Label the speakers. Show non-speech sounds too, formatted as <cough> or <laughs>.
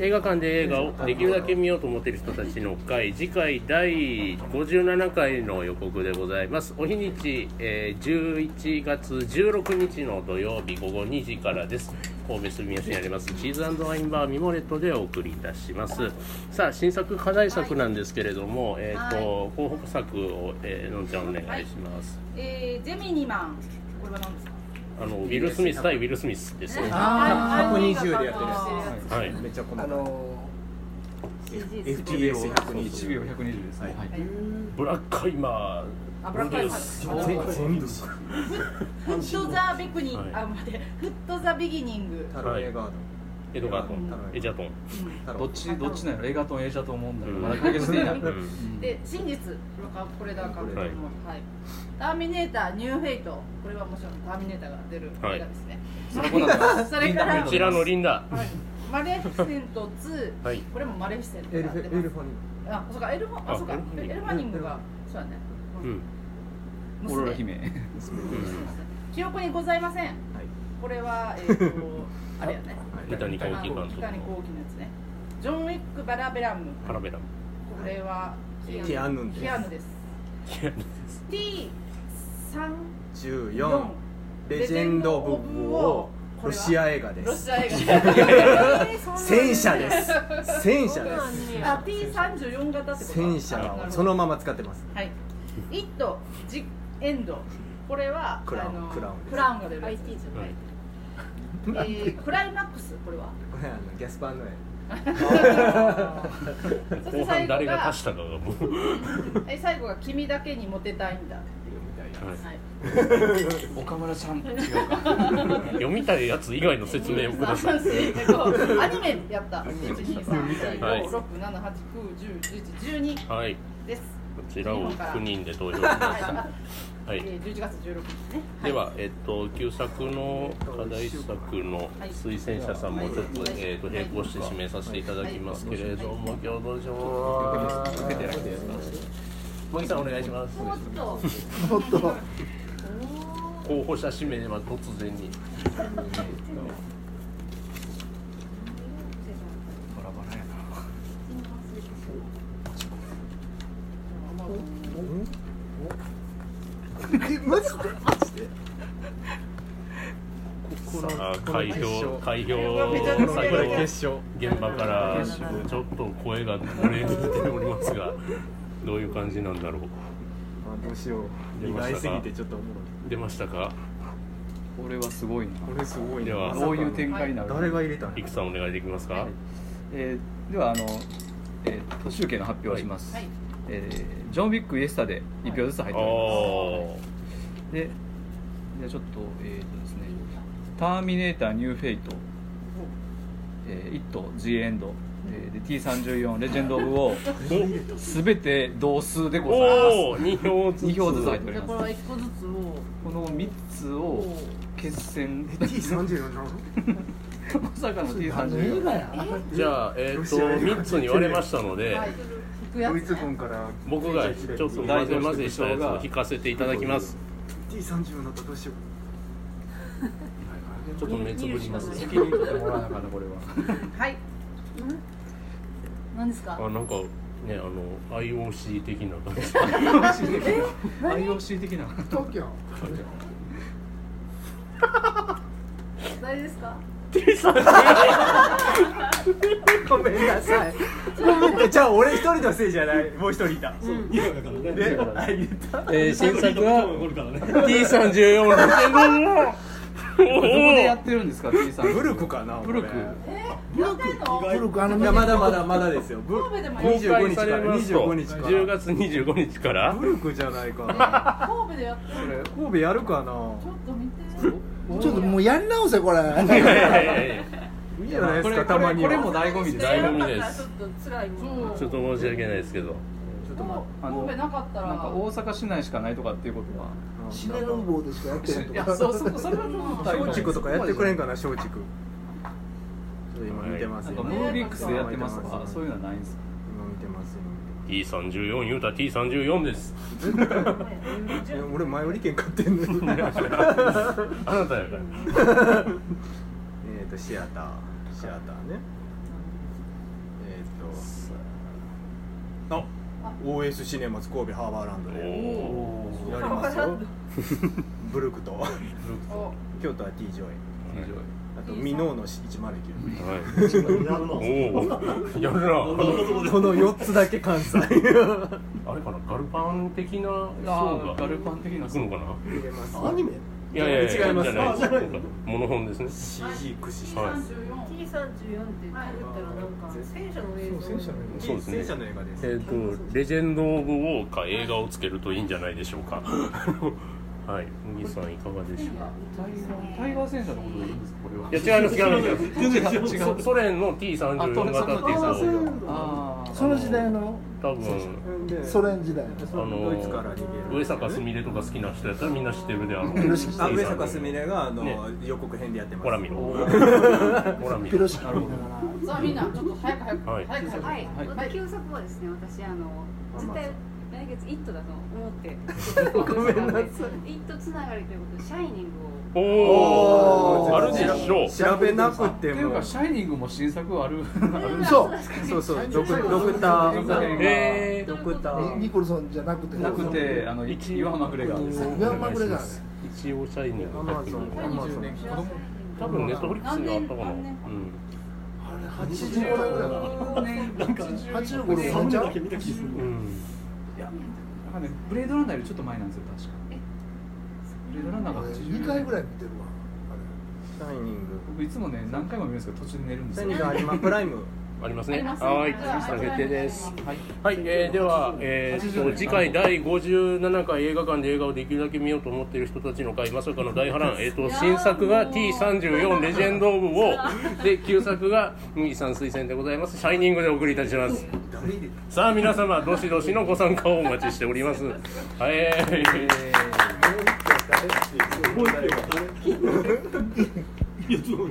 Speaker 1: 映画館で映画をできるだけ見ようと思っている人たちの会次回第57回の予告でございますお日にち、えー11月16日の土曜日午後2時からです神戸住吉にありますチーズワインバーミモレットでお送りいたしますさあ新作課題作なんですけれども、えっ、と広北作を、えーのんちゃんお願いします、
Speaker 2: えー、ゼミニマンこれは何ですか
Speaker 1: あのウィル・スミス対ウィル・スミスですね
Speaker 3: あー
Speaker 2: あの
Speaker 3: 120でやってるやつ
Speaker 1: はい
Speaker 3: めっちゃ細か
Speaker 4: あ
Speaker 3: い
Speaker 4: の
Speaker 3: FTS120
Speaker 5: 1秒120ですね。
Speaker 1: ブラックハイマ
Speaker 2: あ
Speaker 1: ー
Speaker 2: ブラックハイ
Speaker 1: ブル
Speaker 2: マー
Speaker 1: ース
Speaker 2: あ
Speaker 5: 全
Speaker 2: フ
Speaker 5: 部
Speaker 2: ットザビクニ、
Speaker 1: はい
Speaker 2: あ待ってフットザビギニング
Speaker 3: タロエガー
Speaker 1: エドガートン
Speaker 3: タロエ
Speaker 1: エジャトン、
Speaker 3: ドタロ
Speaker 5: どっちどっちなの？映画と映画と思うんだけど
Speaker 1: うん
Speaker 5: まだ解決 <laughs> していないう
Speaker 2: うん
Speaker 5: ん。
Speaker 2: で真実ロカこれだ監督の、
Speaker 1: は
Speaker 2: はいいターミネーターニューフェイトこれはもちろんターミネーターが出る
Speaker 1: はい
Speaker 2: 映画ですね、
Speaker 5: そこなんだ。
Speaker 2: <laughs> それから
Speaker 5: みんな
Speaker 1: こちらのリンダ
Speaker 2: はいマレフィセント2、
Speaker 1: はい
Speaker 2: これもマレフィセント
Speaker 3: エル
Speaker 2: が
Speaker 3: フ
Speaker 2: 出ま
Speaker 3: ェ
Speaker 2: す
Speaker 3: エルフォン
Speaker 2: あそうかエルファあそうか
Speaker 1: あ
Speaker 2: エルファニングがそうだね、
Speaker 1: うん
Speaker 5: オーロラ姫。
Speaker 2: 記憶にございません、これはえっ、とあれやね
Speaker 1: 三谷幸喜監督
Speaker 2: 北に幸喜のやつねジョン・ウィック・バラベラム
Speaker 1: パラベラム
Speaker 2: これは
Speaker 3: キアヌンです
Speaker 2: キアヌです
Speaker 1: キアヌ
Speaker 2: T34
Speaker 3: 14レジェンド・オブ・ウォーロシア映画で
Speaker 2: ロ
Speaker 3: す
Speaker 2: シア映画
Speaker 3: 戦車です戦車です
Speaker 2: あ T34 型ってこと
Speaker 3: 戦車をそのまま使ってます
Speaker 2: はい「イット」「ジ・エンド」これは
Speaker 3: クラウン
Speaker 2: あの
Speaker 3: クラウンです
Speaker 2: クラウンが出るやつ
Speaker 6: IT じゃ
Speaker 1: う
Speaker 6: ない
Speaker 1: ん
Speaker 2: えークライマックスこれは
Speaker 3: これあのギャスパーノエ
Speaker 1: 後半
Speaker 2: そして最後
Speaker 1: 誰が
Speaker 2: が
Speaker 1: 足したかがもう、
Speaker 2: え最後が「君だけにモテたいんだ」
Speaker 1: はい
Speaker 2: はい、
Speaker 5: 岡村ちゃん違うか。
Speaker 1: 読みたいやつ以外の説明をください
Speaker 2: アニメやった
Speaker 1: はい
Speaker 2: 123456789101112
Speaker 1: はい
Speaker 2: です、
Speaker 1: こちらを9人で投票しましたは
Speaker 2: え
Speaker 1: い
Speaker 2: ー、11月16日ですね
Speaker 1: では、えっと、旧作の課題作の推薦者さんもちょっと,、えっと並行して指名させていただきますけれども、今日どうしよう。森さんお願いします。
Speaker 6: もっと
Speaker 1: 候補者指名は突然に。
Speaker 5: バラバラやな。
Speaker 3: マジで
Speaker 1: あ開票開票
Speaker 3: これ
Speaker 1: 作
Speaker 3: 決勝
Speaker 1: 業現場からちょっと声が漏れ出ておりますが、どういう感じなんだろう。
Speaker 3: あどうしよう意外すぎてちょっとおもろい
Speaker 1: 出ましたか。
Speaker 5: これはすごいな。
Speaker 3: これすごい
Speaker 1: では
Speaker 5: どういう展開になる？
Speaker 3: 誰が入れたの
Speaker 1: いくさんお願いできますか。
Speaker 5: えーではあの、えー、途中経の発表をします、
Speaker 2: はい
Speaker 5: えージョン・ビック・イエスタで1票ずつ
Speaker 1: ああ
Speaker 5: 入っておりますでじゃあちょっとえっ、とですね「ターミネーター・ニュー・フェイト」えー「イット・ジ・エンド」えーで T34 レジェンド・オブ・ウォー <laughs> 全て同数でござい
Speaker 1: お
Speaker 5: ま
Speaker 1: お二票
Speaker 5: す
Speaker 1: ずつ。
Speaker 5: 2票ずつ入って
Speaker 2: じ
Speaker 5: おり
Speaker 2: ゃあこれ
Speaker 5: ま
Speaker 2: は
Speaker 5: す
Speaker 2: 一個ずつを
Speaker 5: この3つを決戦
Speaker 3: T34 の
Speaker 5: まさかの T34
Speaker 1: じゃあ、えっ、と、三つに割れましたので、
Speaker 2: はい引くやつ、
Speaker 3: ド
Speaker 2: ね
Speaker 3: イ、ツ軍から
Speaker 1: 僕がちょっと混ぜ混ぜしたやつを引かせていただきます。
Speaker 3: T34 になったらどうしよ
Speaker 2: <laughs>
Speaker 3: う
Speaker 1: ちょっと目つぶります。
Speaker 5: 責任取ってもらわなかったこれは
Speaker 2: はい何です
Speaker 1: あ、な
Speaker 2: か
Speaker 1: んか、ね、あの、IOC 的な感じ。
Speaker 5: IOC 的な
Speaker 4: 東京
Speaker 2: 誰ですか
Speaker 1: T さん、
Speaker 3: ごめんなさいごめんなじゃあ俺一人のせいじゃないもう一人いたであ言った
Speaker 1: えー、新作
Speaker 5: <laughs>
Speaker 1: は T さん十四の天丼
Speaker 5: どこでやってるんですか T さん
Speaker 3: ブルクかな
Speaker 5: ブルク
Speaker 3: これ
Speaker 2: ブルクの
Speaker 4: 古くあの
Speaker 3: いやまだまだまだですよブ
Speaker 2: 神戸でも
Speaker 3: 25日
Speaker 1: さ
Speaker 3: か
Speaker 1: れ
Speaker 3: ら
Speaker 1: ますと
Speaker 3: 25日から
Speaker 1: 10月25日から
Speaker 3: ブルクじゃないかな
Speaker 2: 神戸でやってる
Speaker 3: これ神戸やるかな
Speaker 2: ちょっと見て
Speaker 4: ちょっともうやり直せこれ
Speaker 1: いやいやいやいや
Speaker 3: いいじゃないで
Speaker 5: こ
Speaker 3: す
Speaker 5: れ
Speaker 3: かたまには
Speaker 5: これも醍醐味です
Speaker 1: 醍醐味で
Speaker 6: ち
Speaker 1: す
Speaker 6: ょっと辛いもん
Speaker 1: ちょっと申し訳ないですけど
Speaker 3: ちょっと待
Speaker 5: あの
Speaker 2: 神戸なかったら
Speaker 5: なんか大阪市内しかないとかっていうことは
Speaker 3: って
Speaker 4: シネロンボーでしかやってない
Speaker 5: い
Speaker 4: と
Speaker 5: や
Speaker 4: か
Speaker 5: そうそそれは多分
Speaker 3: 松竹とかやってくれんかな松竹ちょっと今見てます
Speaker 5: なん
Speaker 3: 今
Speaker 5: かムービックスでやってますとかそういうのはないんですか
Speaker 3: 今見てます今見てま
Speaker 1: T 三十四言うたら T 三十四です
Speaker 3: すえ俺前売り券買ってんの <laughs> に
Speaker 1: あなたやから
Speaker 3: えっとシアターシアターねえーっとあ OS シネマズ神戸ハーバーランドで
Speaker 2: おー
Speaker 3: やります
Speaker 2: ハーバーラ
Speaker 3: よ
Speaker 2: ンド
Speaker 3: ブルクと
Speaker 2: お
Speaker 3: 京都は T ジョイあとミノーの109
Speaker 1: はいおおやるな
Speaker 3: この4つだけ
Speaker 1: <laughs>
Speaker 3: 関西入
Speaker 1: あれかなガルパン的な
Speaker 5: あ
Speaker 1: 層
Speaker 5: あガ
Speaker 1: が
Speaker 5: ルパン的な
Speaker 1: つくのかな
Speaker 3: れます
Speaker 6: アニメ
Speaker 1: いやいやや
Speaker 3: 違います
Speaker 1: じゃない
Speaker 6: あじゃない
Speaker 1: モノ本ですね
Speaker 3: CG 駆使して
Speaker 2: T34
Speaker 7: T34 って言ったらなんか戦車の映像
Speaker 1: そうですね
Speaker 3: 戦車の映画です
Speaker 1: えっ、と「レジェンド・オブ・ウォーカー」映画をつけるといいんじゃないでしょうか <laughs> はい麦さんいかがでしょうか
Speaker 5: タイガータイガー戦車のことでいいんですかこれはい
Speaker 1: や違います違います違います
Speaker 5: 全然違う違う
Speaker 1: ソソ連の T34 型っていうのを
Speaker 5: あああ
Speaker 4: その時代の
Speaker 1: 多分
Speaker 4: ソ連時代の
Speaker 1: あの
Speaker 3: ドイツから逃げる
Speaker 1: 上坂すみれとか好きな人やったらみんな知ってるであろう
Speaker 4: ピロシキ
Speaker 3: あ上坂すみれがあ
Speaker 1: ね
Speaker 3: の予告編でやってます
Speaker 1: ほら見ろほら見
Speaker 4: ピ
Speaker 1: ろ
Speaker 4: ロシキ見ながら
Speaker 2: さあみんなちょっと早く早く
Speaker 1: はい
Speaker 2: 早く早く
Speaker 7: はい、
Speaker 2: はい
Speaker 7: はい、休息はですね、私あの絶対来月イットだと思って
Speaker 3: ごめんなさい
Speaker 7: イットつながりということでシャイニング
Speaker 1: お
Speaker 7: を
Speaker 1: お
Speaker 3: おー
Speaker 1: あるでしょう
Speaker 3: 調べなく
Speaker 5: っ
Speaker 3: て
Speaker 5: ていう
Speaker 3: も
Speaker 5: かシャイニングも新作あるあるんです
Speaker 4: そう
Speaker 3: そうそうドクドクタ
Speaker 5: ドクタ
Speaker 3: ー
Speaker 5: ー
Speaker 1: え
Speaker 3: ドクター
Speaker 4: ニコルソンじゃなくて
Speaker 5: なくてあのい岩間グレガーです
Speaker 1: ー
Speaker 4: グアンマグレガーね
Speaker 1: 一応シャイニング入ってくる
Speaker 3: Amazon
Speaker 5: 20年子供
Speaker 1: 多分ネットフリックスにあったかなう
Speaker 2: 何年
Speaker 1: ん
Speaker 4: あれ85年ぐらいだな85年
Speaker 6: サム
Speaker 4: ちゃう
Speaker 6: だけ見た気する
Speaker 1: うん
Speaker 5: なんかねブレードランナーよりちょっと前なんですよ確かブレードランナーが80
Speaker 4: 2回ぐらい見てるわ
Speaker 3: シャイニング
Speaker 5: 僕いつもね何回も見るんですけど途中で寝るんです
Speaker 3: シャイニ
Speaker 5: よ
Speaker 3: ングは今プライム
Speaker 1: ありますね
Speaker 2: あります
Speaker 1: はい
Speaker 2: じゃあ
Speaker 1: 下げてです
Speaker 5: はい
Speaker 1: はい、えーでは、えーっと次回第57回映画館で映画をできるだけ見ようと思っている人たちの会まさかの大波乱、えー、と新作が T34 レジェンド・オブ・ウォーで旧作が麦さん推薦でございますシャイニングでお送りいたしますさあ皆様どしどしのご参加をお待ちしておりますはい、
Speaker 6: いやちょっと